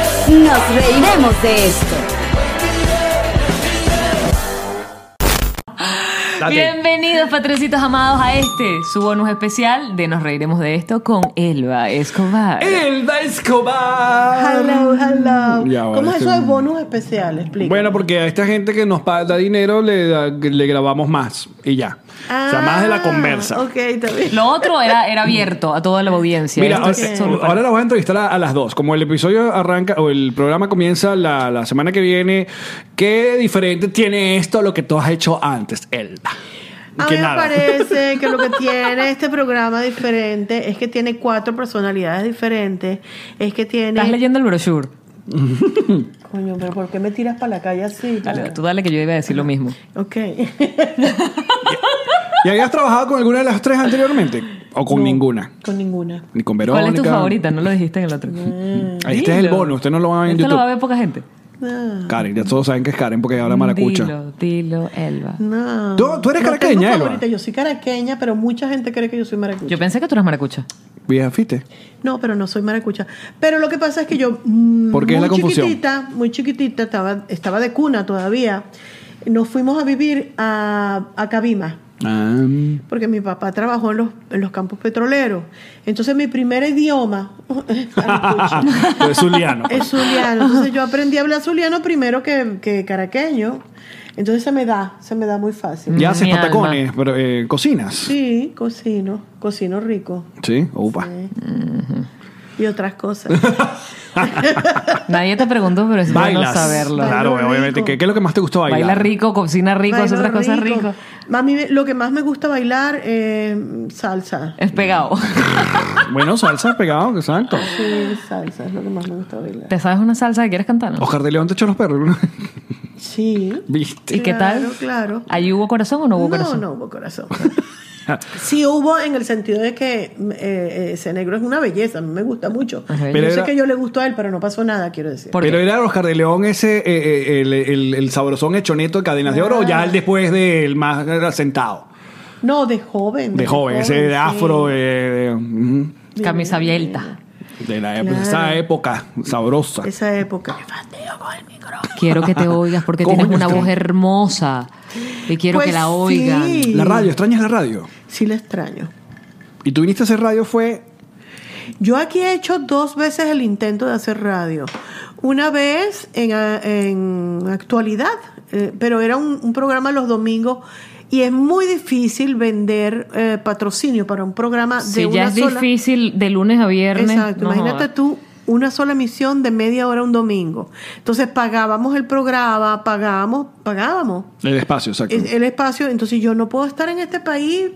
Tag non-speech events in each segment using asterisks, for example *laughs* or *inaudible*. Nos reiremos de esto. Date. Bienvenidos, patrocitos amados, a este su bonus especial de Nos Reiremos de Esto con Elba Escobar. Elba Escobar. Hello, hello. Ya, vale, ¿Cómo es este- eso de bonus especial? Explica. Bueno, pues, porque a esta gente que nos pa- da dinero le, da- le grabamos más y ya. o sea, más de la Ah, conversa. Ok, está bien. Lo otro era, era abierto a toda la audiencia. Mira, Esto ahora, es solo para- ahora la voy a entrevistar a, a las dos. Como el episodio arranca o el programa comienza la, la semana que viene, ¿qué diferente tiene esto a lo que tú has hecho antes, Elda? A Que mí me nada. parece que *laughs* lo que tiene este programa diferente es que tiene cuatro personalidades diferentes. Es que tiene. Estás leyendo el brochure. Coño, pero ¿por qué me tiras para la calle así? Dale, tú dale que yo iba a decir lo mismo. Ok. ¿Y habías trabajado con alguna de las tres anteriormente? ¿O con *laughs* ninguna? Con ninguna. Ni con Verónica. ¿Cuál es tu favorita? No lo dijiste en el otro. Este es el Dilo. bono, usted no lo va a ver en Esto lo va a YouTube. ver poca gente. No. Karen, ya todos saben que es Karen porque ahora maracucha. Dilo, dilo, Elba. no. Tú- tú eres No caraqueña, tengo Elba. favorita. Yo soy caraqueña, pero mucha gente cree que yo soy maracucha. Yo pensé que tú eras maracucha. Vieja, ¿viste? No, pero no soy maracucha. Pero lo que pasa es que yo mm, ¿Por qué es muy la confusión? chiquitita, muy chiquitita, estaba, estaba de cuna todavía. Nos fuimos a vivir a, a Cabima, Ah, *laughs* porque mi papá trabajó en los, en los campos petroleros. Entonces mi primer idioma *laughs* *laughs* tú eres zuliano. es zuliano. Entonces yo aprendí a hablar zuliano primero que, que caraqueño. Entonces se me da, se me da muy fácil. Ya haces Mi alma. patacones, pero eh, cocinas. Sí. Sí, cocino, cocino rico Upa. y otras cosas. *laughs* Nadie te preguntó, pero es bueno Bailas. saberlo. Claro, Bailo obviamente. rico. ¿Qué, qué es lo que más te gustó bailar? Baila rico, cocina rico, hace Bailo otras cosas rico. rico. A mí me- lo que más me gusta bailar eh, salsa. Es pegado. *laughs* Bueno, salsa, pegado, exacto. Sí, salsa es lo que más me gusta bailar. ¿Te sabes una salsa que quieres cantar? Oscar de León te echó los perros. Sí. ¿Y *laughs* ¿Viste? qué tal? Claro, claro. ¿Ahí hubo corazón o no hubo No, corazón? no hubo corazón. Sí hubo en el sentido de que eh, ese negro es una belleza, a mí me gusta mucho. Ajá. Yo Pero sé era- que yo le gustó a él, pero no pasó nada, quiero decir. ¿Por Pero qué? era Oscar de León ese, eh, eh, el, el- el sabrosón hechoneto de cadenas de oro, o ya el después del más asentado. No, de joven. De joven, ese de afro, eh, de, ujú, Camisa abierta. de la época, Claro. esa época sabrosa. Esa época. Me fasteo con el micrófono. Quiero que te oigas porque Coño, tienes una está- voz hermosa y quiero Pues que la sí. oigan. La radio, extrañas la radio. Sí, la extraño. Y tú viniste a hacer radio fue Yo aquí he hecho dos veces el intento de hacer radio. Una vez en, ah, en actualidad, eh, pero era un, un programa los domingos y es muy difícil vender eh, patrocinio para un programa de Si una ya es sola. difícil de lunes a viernes. Exacto, no imagínate jodas. tú una sola emisión de media hora un domingo. Entonces pagábamos el programa, pagábamos, pagábamos el espacio, exacto. el, el espacio, entonces yo no puedo estar en este país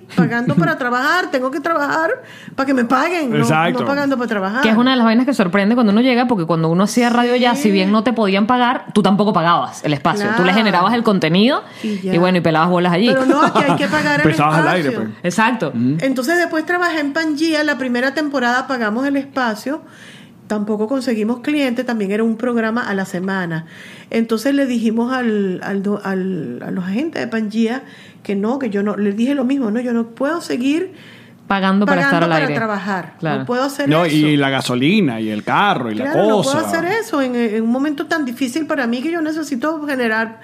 *laughs* pagando para trabajar, tengo que trabajar para que me paguen, no- no, Exacto. pagando para trabajar. Que es una de las vainas que sorprende cuando uno llega, porque cuando uno hacía radio ya, si bien no te podían pagar, tú tampoco pagabas el espacio. Tú le Claro. generabas el contenido Y y, ya. bueno, y pelabas bolas allí. Pero no, aquí hay que pagar el Pero estabas espacio. al aire, pues. *laughs* Exacto. Entonces después trabajé en Pangía, la primera temporada pagamos el espacio, tampoco conseguimos clientes, también era un programa a la semana. Entonces le dijimos al, al do- al- a los agentes de Pangía que no, que yo no, les dije lo mismo, no, yo no puedo seguir Pagando, pagando para estar al para aire. trabajar, Claro. no puedo hacer No, eso. y la gasolina, y el carro, y Claro, la no cosa. puedo hacer eso en, en un momento tan difícil para mí que yo necesito generar,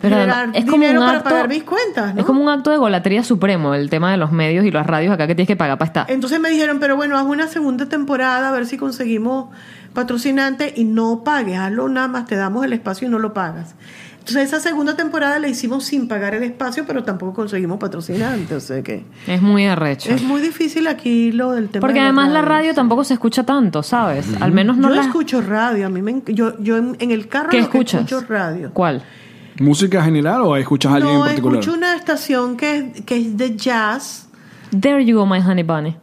Pero generar es como dinero un para acto- pagar mis cuentas. ¿no? Es como un acto de golatría supremo el tema de los medios y las radios acá que tienes que pagar para estar. Entonces me dijeron, pero bueno, haz una segunda temporada a ver si conseguimos patrocinante y no pagues, hazlo nada más, te damos el espacio y no lo pagas. Entonces esa segunda temporada la hicimos sin pagar el espacio, pero tampoco conseguimos patrocinante, o sea que Es muy arrecho. es muy difícil aquí lo del tema. Porque de la además la radio tampoco se escucha tanto, ¿sabes? Al menos no yo la escucho radio, a mí me enc- yo yo en, en el carro ¿Qué lo que escuchas? escucho radio. ¿Cuál? ¿Música general o escuchas a alguien No, en particular? escucho una estación que es, que es de jazz. There you go, my honey bunny.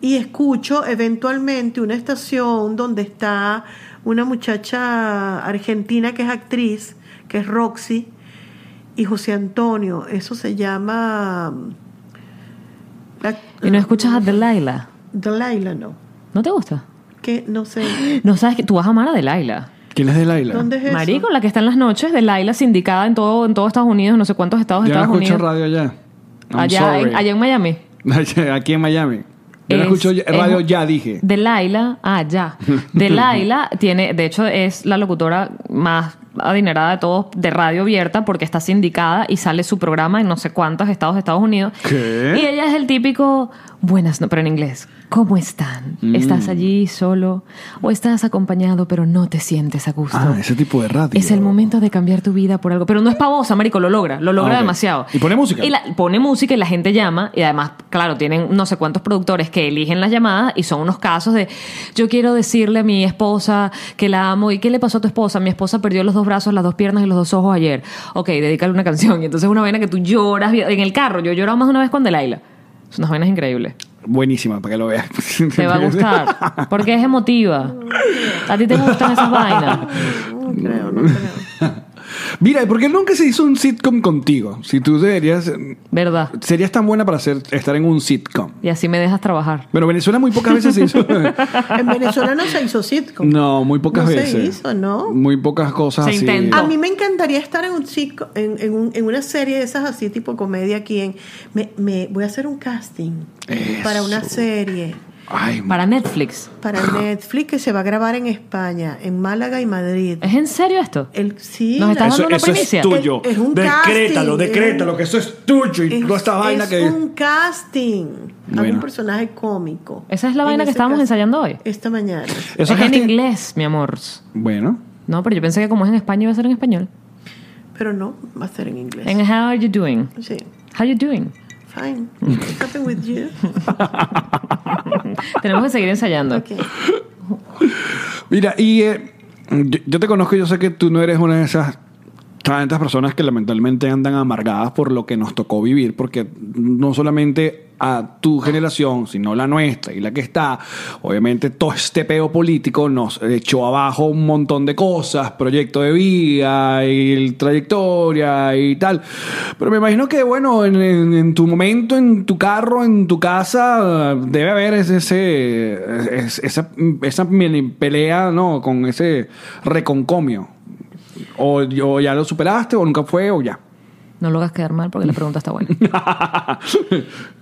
y escucho eventualmente una estación donde está una muchacha argentina que es actriz, que es Roxy, y José Antonio. Eso se llama... mm, la- Y no escuchas a Delilah. Delilah, no. ¿No te gusta? Que *gasps* no sé. No sabes que tú vas a amar a Delilah. ¿Quién es de la isla? ¿Dónde es eso? Marico, la que está en las noches, Delilah sindicada en todo, en todo Estados Unidos, no sé cuántos estados de Yo no Estados escucho Unidos. radio allá. I'm allá, en, sorry. allá en Miami. Allá- *laughs* Aquí en Miami. Yo no es- escucho ya- es- radio ya, dije. Delilah, *laughs* ah, ya. Delilah tiene, de hecho, es la locutora más adinerada de todos de radio abierta porque está sindicada y sale su programa en no sé cuántos estados de Estados Unidos. ¿Qué? Y ella es el típico, buenas, no, pero en inglés, ¿cómo están? ¿Estás Mm. allí solo o estás acompañado pero no te sientes a gusto? Ah, ese tipo de radio. Es el momento de cambiar tu vida por algo. Pero no es pavosa, marico, lo logra, lo logra Ah, ok. demasiado. ¿Y pone música? Y la- pone música y la gente llama. Y además, claro, tienen no sé cuántos productores que eligen las llamadas y son unos casos de yo quiero decirle a mi esposa que la amo. ¿Y qué le pasó a tu esposa? Mi esposa perdió los dos brazos, las dos piernas y los dos ojos ayer. Ok, dedícale una canción. Y entonces es una vaina que tú lloras en el carro. Yo he llorado más de una vez con Delaila. Es unas vainas increíbles. Buenísima, para que lo veas. *laughs* Te va a gustar. Porque es emotiva. A ti te gustan esas *laughs* vainas. No creo, no creo. Mira, ¿y por qué nunca se hizo un sitcom contigo? Si tú deberías... ¿Verdad? Serías tan buena para hacer, estar en un sitcom. Y así me dejas trabajar. Pero Venezuela muy pocas veces se hizo... *laughs* En Venezuela no se hizo sitcom. no, muy pocas No se veces. hizo, ¿no? Muy pocas cosas Se así. intentó. A mí me encantaría estar en un sitcom- en, en un- en una serie de esas así tipo comedia aquí en me, me- voy a hacer un casting Eso. para una serie Ay, Para Netflix. para Netflix que se va a grabar en España, en Málaga y Madrid. ¿Es en serio esto? El, sí, Nos la- estás Eso, dando una eso es primicia. tuyo. Es- es un decrétalo, casting, decrétalo, es- que eso es tuyo. Y toda esta vaina es que. un casting. Hago Bueno. un personaje cómico. Esa es la En vaina que ese estábamos cas- ensayando hoy. Esta mañana. Es Eso casting- en inglés, mi amor. Bueno. No, pero yo pensé que como es en España iba a ser en español. Pero no, va a ser en inglés. En How are you doing? Sí. How you doing? *laughs* Fine. What's happening with *laughs* you? Tenemos que seguir ensayando. Okay. Mira, y eh, yo, yo te conozco y yo sé que tú no eres una de esas tantas personas que lamentablemente andan amargadas por lo que nos tocó vivir, porque no solamente a tu generación, sino la nuestra y la que está, obviamente todo este peo político nos echó abajo un montón de cosas, proyecto de vida y el- trayectoria y tal. Pero me imagino que, bueno, en, en- en tu momento, en tu carro, en tu casa, debe haber ese, ese- es- esa, esa mini pelea, ¿no? Con ese reconcomio. O, o ya lo superaste, o nunca fue, o ya. No lo hagas quedar mal porque la pregunta está buena.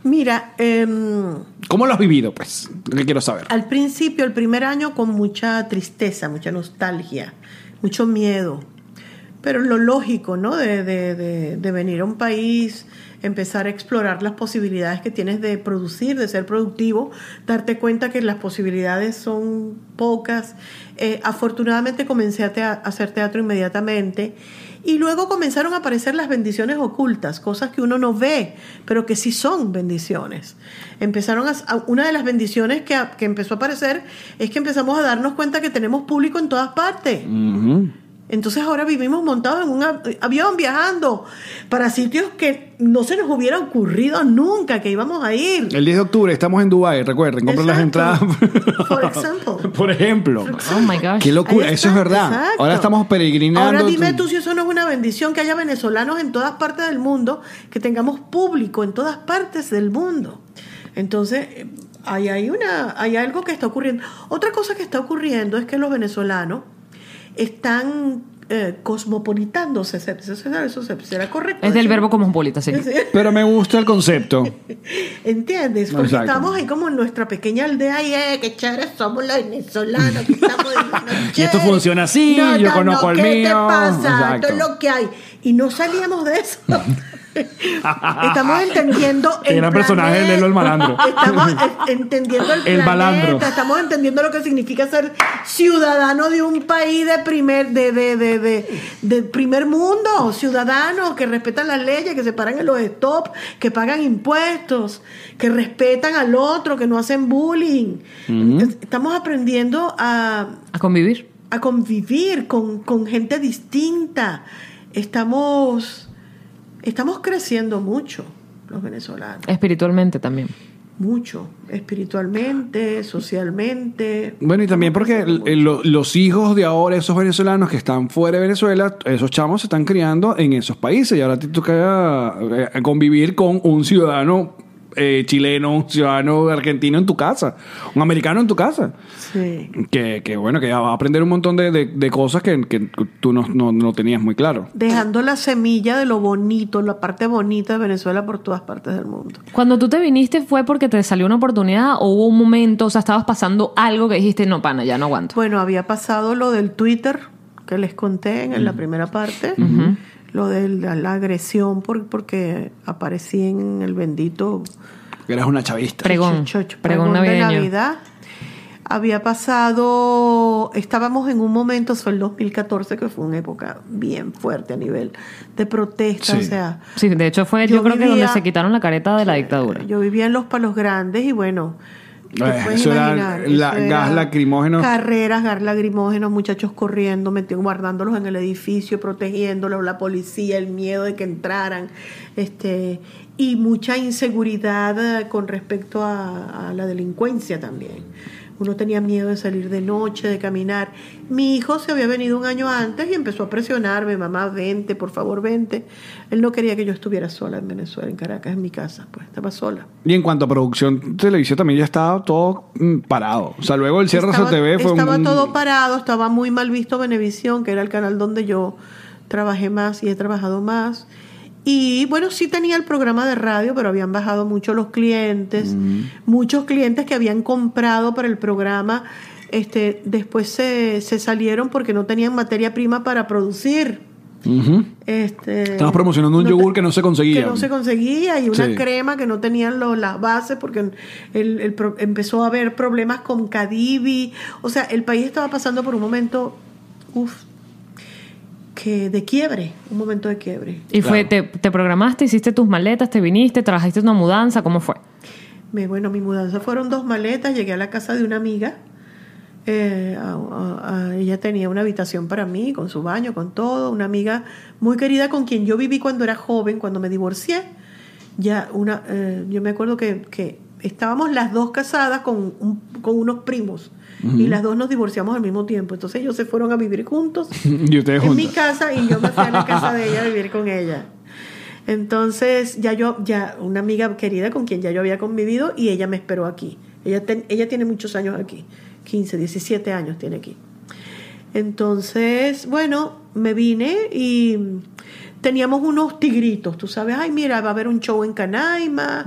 Mira, em, ¿Cómo lo has vivido, pues? Lo que quiero saber. al principio, el primer año, con mucha tristeza, mucha nostalgia, mucho miedo. Pero lo lógico, ¿no? De, de- de- de venir a un país, empezar a explorar las posibilidades que tienes de producir, de ser productivo, darte cuenta que las posibilidades son pocas. Eh, afortunadamente comencé a, tea- a hacer teatro inmediatamente y luego comenzaron a aparecer las bendiciones ocultas, cosas que uno no ve, pero que sí son bendiciones. Empezaron a, a- una de las bendiciones que, a- que empezó a aparecer es que empezamos a darnos cuenta que tenemos público en todas partes. Ujú. Entonces ahora vivimos montados en un av- avión viajando para sitios que no se nos hubiera ocurrido nunca que íbamos a ir. El 10 de octubre estamos en Dubai recuerden, compren las entradas. Exacto. For example. *laughs* Por ejemplo. Oh my gosh. Qué locura, Ahí eso es está, verdad. exacto. Ahora estamos peregrinando. Ahora dime tu- tú si eso no es una bendición que haya venezolanos en todas partes del mundo, que tengamos público en todas partes del mundo. Entonces, eh, ahí hay, una, hay algo que está ocurriendo. Otra cosa que está ocurriendo es que los venezolanos están eh, cosmopolitándose. ¿se- se- se- Eso se- será correcto. Es del decir? verbo cosmopolita, sí. Sí. Pero me gusta el *laughs* concepto. ¿Entiendes? Porque Exacto. estamos ahí como en nuestra pequeña aldea y eh, que chévere somos los venezolanos. *laughs* Que estamos viviendo Y esto chévere. funciona así, yo conozco al ¿qué te mío? pasa? Esto Exacto. es lo que hay. Y no salíamos de *laughs* eso. estamos entendiendo el Era personaje de planeta. Lelo el Malandro. *laughs* Estamos eh, entendiendo el, El planeta. malandro. Estamos entendiendo lo que significa ser ciudadano de un país de primer, de, de, de, de, de primer mundo, ciudadanos que respetan las leyes, que se paran en los stop, que pagan impuestos, que respetan al otro, que no hacen bullying. Es- Estamos aprendiendo a, A convivir. a convivir con, con gente distinta. Estamos, estamos creciendo mucho los venezolanos Espiritualmente también. mucho, espiritualmente, socialmente. Bueno, y también porque el- el- lo- los hijos de ahora, esos venezolanos que están fuera de Venezuela, esos chamos se eh, están criando en esos países y ahora te toca eh, convivir con un ciudadano eh, chileno, un ciudadano argentino en tu casa, un americano en tu casa. Sí. Que, que bueno, que ya va a aprender un montón de, de- de cosas que, que tú no, no- no tenías muy claro. Dejando la semilla de lo bonito, la parte bonita de Venezuela por todas partes del mundo. Cuando tú te viniste, ¿fue porque te salió una oportunidad o hubo un momento, o sea, estabas pasando algo que dijiste, no, pana, ya no aguanto? Bueno, había pasado lo del Twitter que les conté en la primera parte, lo de la, la agresión por, porque aparecí en el bendito Que eras una chavista. Pre- Pregón, chocho- pregón de navideño. Navidad. Había pasado, estábamos en un momento, fue el 2014, que fue una época bien fuerte a nivel de protesta, Sí. o sea, Sí, de hecho fue, yo, Yo creo que donde vivía- se quitaron la careta de la dictadura. yo vivía en los palos grandes y bueno, te Eh, puedes eso era imaginar, la- gas lacrimógeno. Carreras, gas lacrimógeno, muchachos corriendo, meti- guardándolos en el edificio, protegiéndolos, la policía, el miedo de que entraran, este, y mucha inseguridad eh, con respecto a, a la delincuencia también. Uno tenía miedo de salir de noche, de caminar. Mi hijo se había venido un año antes y empezó a presionarme, mamá, vente, por favor, vente. Él no quería que yo estuviera sola en Venezuela, en Caracas, en mi casa, pues estaba sola. Y en cuanto a producción televisiva también ya estaba todo mm, parado. O sea, luego el cierre de estaba, TV fue un- estaba todo parado, estaba muy mal visto Venevisión, que era el canal donde yo trabajé más y he trabajado más. Y bueno, sí tenía el programa de radio, pero habían bajado mucho los clientes, Mm. muchos clientes que habían comprado para el programa, este, después se, se salieron porque no tenían materia prima para producir. Ujú. *laughs* Este, Estabas promocionando un no te- yogur que no se conseguía. que no se conseguía y una Sí. crema que no tenían lo- las bases porque el- el pro- empezó a haber problemas con Cadivi. O sea, el país estaba pasando por un momento, uff, que de quiebre, un momento de quiebre. Y fue, te, Claro. te programaste, hiciste tus maletas, te viniste, trabajaste una mudanza, ¿cómo fue? Me, bueno, mi mudanza fueron dos maletas, llegué a la casa de una amiga. eh, a- a- a- ella tenía una habitación para mí, con su baño, con todo, una amiga muy querida con quien yo viví cuando era joven, cuando me divorcié. Ya una, eh, yo me acuerdo que, que estábamos las dos casadas con, un- con unos primos y las dos nos divorciamos al mismo tiempo. Entonces ellos se fueron a vivir juntos y ustedes en mi juntos. casa y yo me fui a la casa de ella a vivir con ella. Entonces, ya yo, ya una amiga querida con quien ya yo había convivido y ella me esperó aquí. Ella, ten- ella tiene muchos años aquí, 15, 17 años tiene aquí. Entonces, bueno, me vine y teníamos unos tigritos, tú sabes, ay, mira, va a haber un show en Canaima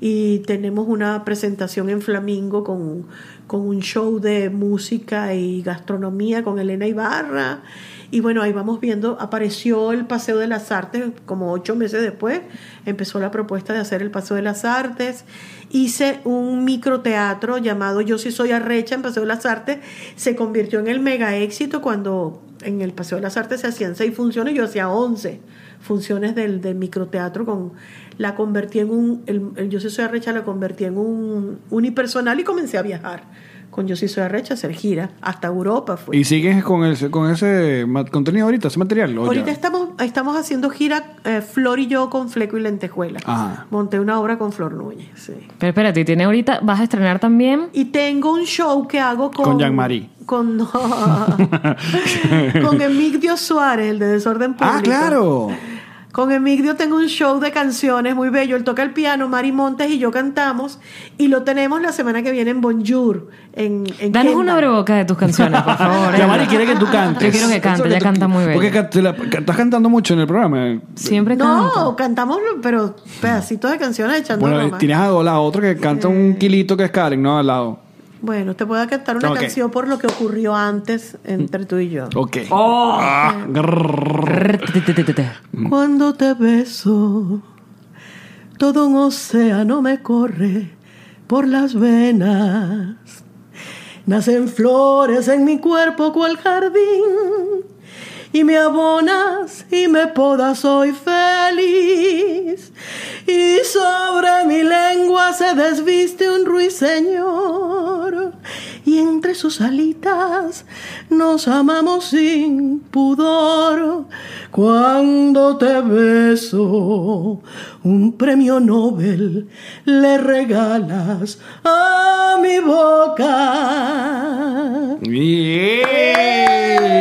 y tenemos una presentación en Flamingo con, con un show de música y gastronomía con Elena Ibarra. Y bueno, ahí vamos viendo, apareció el Paseo de las Artes como ocho meses después, empezó la propuesta de hacer el Paseo de las Artes. Hice un microteatro llamado Yo sí soy arrecha en Paseo de las Artes. Se convirtió en el mega éxito cuando en el Paseo de las Artes se hacían seis funciones, yo hacía once funciones del, del microteatro. Con, la convertí en un, el, el Yo sí soy arrecha la convertí en un unipersonal y comencé a viajar con Yo sí soy arrecha, a hacer giras. Hasta Europa fue. ¿Y sigues con, el, con ese ma- contenido ahorita, ese material? o ya? Ahorita estamos, estamos haciendo gira eh, Flor y yo con Fleco y Lentejuela. Ajá. Monté una obra con Flor Núñez. sí. Pero espérate, tiene ahorita, vas a estrenar también. Y tengo un show que hago con. Con Jean-Marie. *laughs* Con. *laughs* no. con Emigdio Suárez, el de Desorden Público. Ah, claro. Con Emigdio tengo un show de canciones muy bello. Él toca el piano, Mari Montes y yo cantamos. Y lo tenemos la semana que viene en Bonjour. En, en Danos Kendall. una brevoca de tus canciones, por favor. *laughs* Ya Emma. Mari quiere que tú cantes. Yo Ah, quiero que Eso es cante, lo ella tú- canta muy Porque bien. ca- te la- ca- estás cantando mucho en el programa. Siempre No, canta. cantamos, pero pedacitos de canciones echando Bueno, eh, bromas. tienes a la otro que canta un kilito que es Karen, ¿no? Al lado. Bueno, te puedo cantar una Ok. canción por lo que ocurrió antes entre tú y yo. Ok. Oh. Ah, *laughs* Mm. Cuando te beso, todo un océano me corre por las venas. Nacen flores en mi cuerpo cual jardín. Y me abonas y me podas, soy feliz. Y sobre mi lengua se desviste un ruiseñor. Y entre sus alitas nos amamos sin pudor. Cuando te beso, un premio Nobel le regalas a mi boca. ¡Bien!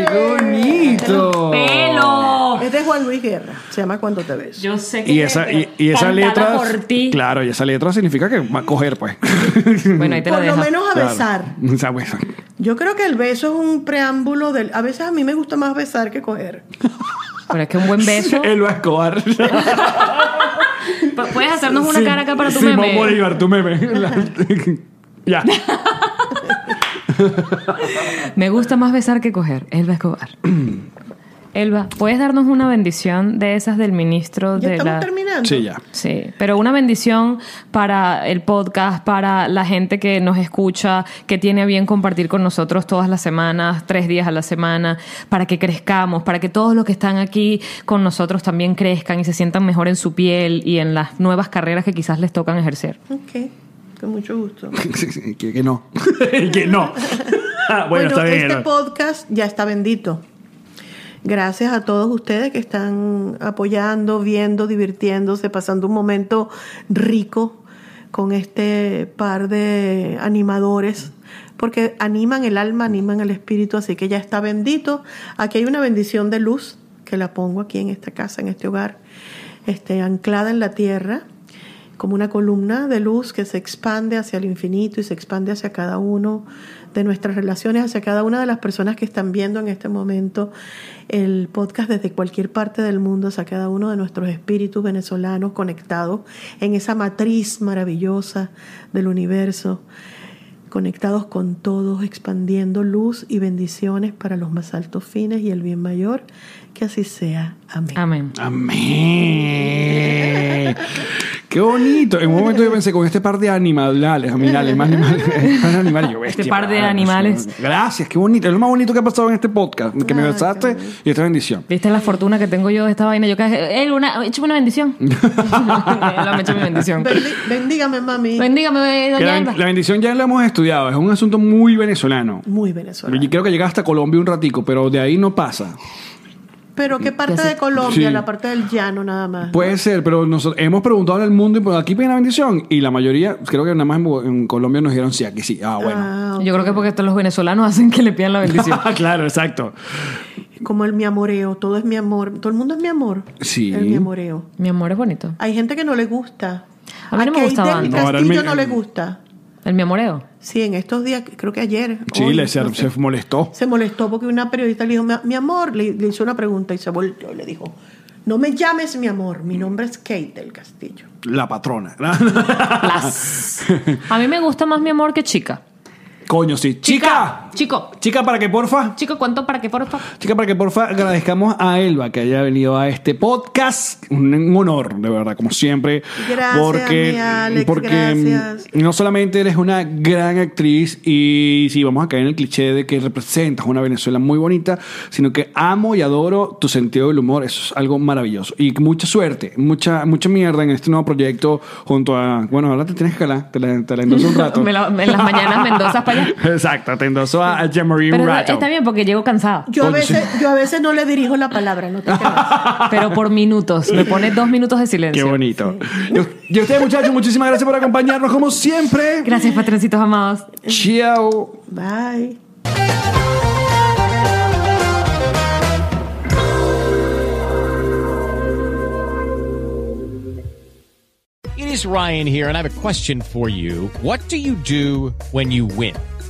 ¡Qué bonito! ¡Pelo! Es de Juan Luis Guerra. Se llama Cuando te ves. Yo sé que. Y esa, y, y esa Cantada letra. por ti. Claro, y esa letra significa que va a coger, pues. *laughs* Bueno, ahí te la Por lo dejo. menos a Claro. besar. O sea, pues, Yo creo que el beso es un preámbulo del. A veces a mí me gusta más besar que coger. Pero es que un buen *laughs* beso. Él va a escobar. P- Puedes hacernos una Sí, cara acá para tu Simón meme. Bolívar, tu *laughs* meme. La- *laughs* ya. Me gusta más besar que coger. *clears throat* Elba Escobar. Elba, ¿puedes darnos una bendición de esas del ministro Ya de estamos la. terminando. Sí, ya. *laughs* Sí, pero una bendición para el podcast, para la gente que nos escucha, que tiene a bien compartir con nosotros todas las semanas, tres días a la semana, para que crezcamos, para que todos los que están aquí con nosotros también crezcan y se sientan mejor en su piel y en las nuevas carreras que quizás les tocan ejercer. Ok. Con mucho gusto. que, que no. que no. Ah, bueno, está bien. este ¿no? podcast ya está bendito. Gracias a todos ustedes que están apoyando, viendo, divirtiéndose, pasando un momento rico con este par de animadores, porque animan el alma, animan el espíritu, así que ya está bendito. Aquí hay una bendición de luz que la pongo aquí en esta casa, en este hogar, este, anclada en la tierra como una columna de luz que se expande hacia el infinito y se expande hacia cada uno de nuestras relaciones, hacia cada una de las personas que están viendo en este momento el podcast desde cualquier parte del mundo, hacia cada uno de nuestros espíritus venezolanos conectados en esa matriz maravillosa del universo, conectados con todos, expandiendo luz y bendiciones para los más altos fines y el bien mayor, que así sea. Amén. Amén. Amén. Qué bonito. En un momento yo pensé con este par de animales, animales, más animales, *laughs* par de animales. Yo, Este bestia, par de mano, animales. Ah, Gracias, qué bonito. Es lo más bonito que ha pasado en este podcast. Que me Ay, besaste qué y esta bendición. ¿Viste la fortuna que tengo yo de esta vaina? Yo que él una, échame una bendición. Elba, me echa mi bendición. Bendi- Bendígame, mami. Bendígame, Que doña la, Elba. la bendición ya la hemos estudiado. Es un asunto muy venezolano. Muy venezolano. Y creo que llega hasta Colombia un ratico, pero de ahí no pasa. Pero qué parte Ya sé. de Colombia, Sí. Pues, la parte del llano nada más. Puede ser, pero nosotros hemos preguntado al mundo y por aquí piden la bendición. Y la mayoría, creo que nada más en, Bo- en Colombia nos dijeron sí, aquí sí. Ah, bueno. Ah, Yo creo que porque todos los venezolanos hacen que le pidan la *laughs* bendición. claro, exacto. como el mi amoreo, todo es mi amor, todo el mundo es mi amor. Sí. El mi amoreo. Mi amor es bonito. Hay gente que no le gusta. A mí no me Kate gustaba del antes. No, ahora el Castillo mi- no le gusta. El mi amoreo. Sí, en estos días, creo que ayer. hoy, Chile se, no sé, se molestó. se molestó porque una periodista le dijo, "Mi- mi amor, le, le hizo una pregunta y se volteó y le dijo, no me llames mi amor, mi nombre es Kate del Castillo. La patrona. *laughs* Las. *laughs* A mí me gusta más mi amor que chica. Coño, sí. ¡Chica! Chico. Chica, para que porfa. Chico, ¿cuánto para qué porfa? Chica, para que porfa agradezcamos a Elba que haya venido a este podcast. Un, un honor, de verdad, como siempre. Gracias, mi Alex, porque mm, gracias. no solamente eres una gran actriz y sí, vamos a caer en el cliché de que representas una Venezuela muy bonita, sino que amo y adoro tu sentido del humor. Eso es algo maravilloso. Y mucha suerte, mucha, mucha mierda en este nuevo proyecto junto a. Bueno, ahora te tienes que calar, te la, te la endoso un rato. *laughs* Me la- en las mañanas me endosas para allá. *laughs* Exacto, te endosó a, a Jamarine Pero Rattle. está bien porque llego cansada. Yo a, Coño, veces, yo a veces no le dirijo la palabra, no *laughs* te creas. Pero por minutos. Me pones dos minutos de Qué silencio. bonito. Y a ustedes, muchachos, muchísimas gracias por acompañarnos como siempre. Gracias, patroncitos amados. Chao. Bye. It is Ryan here, and I have a question for you. What do you do when you win?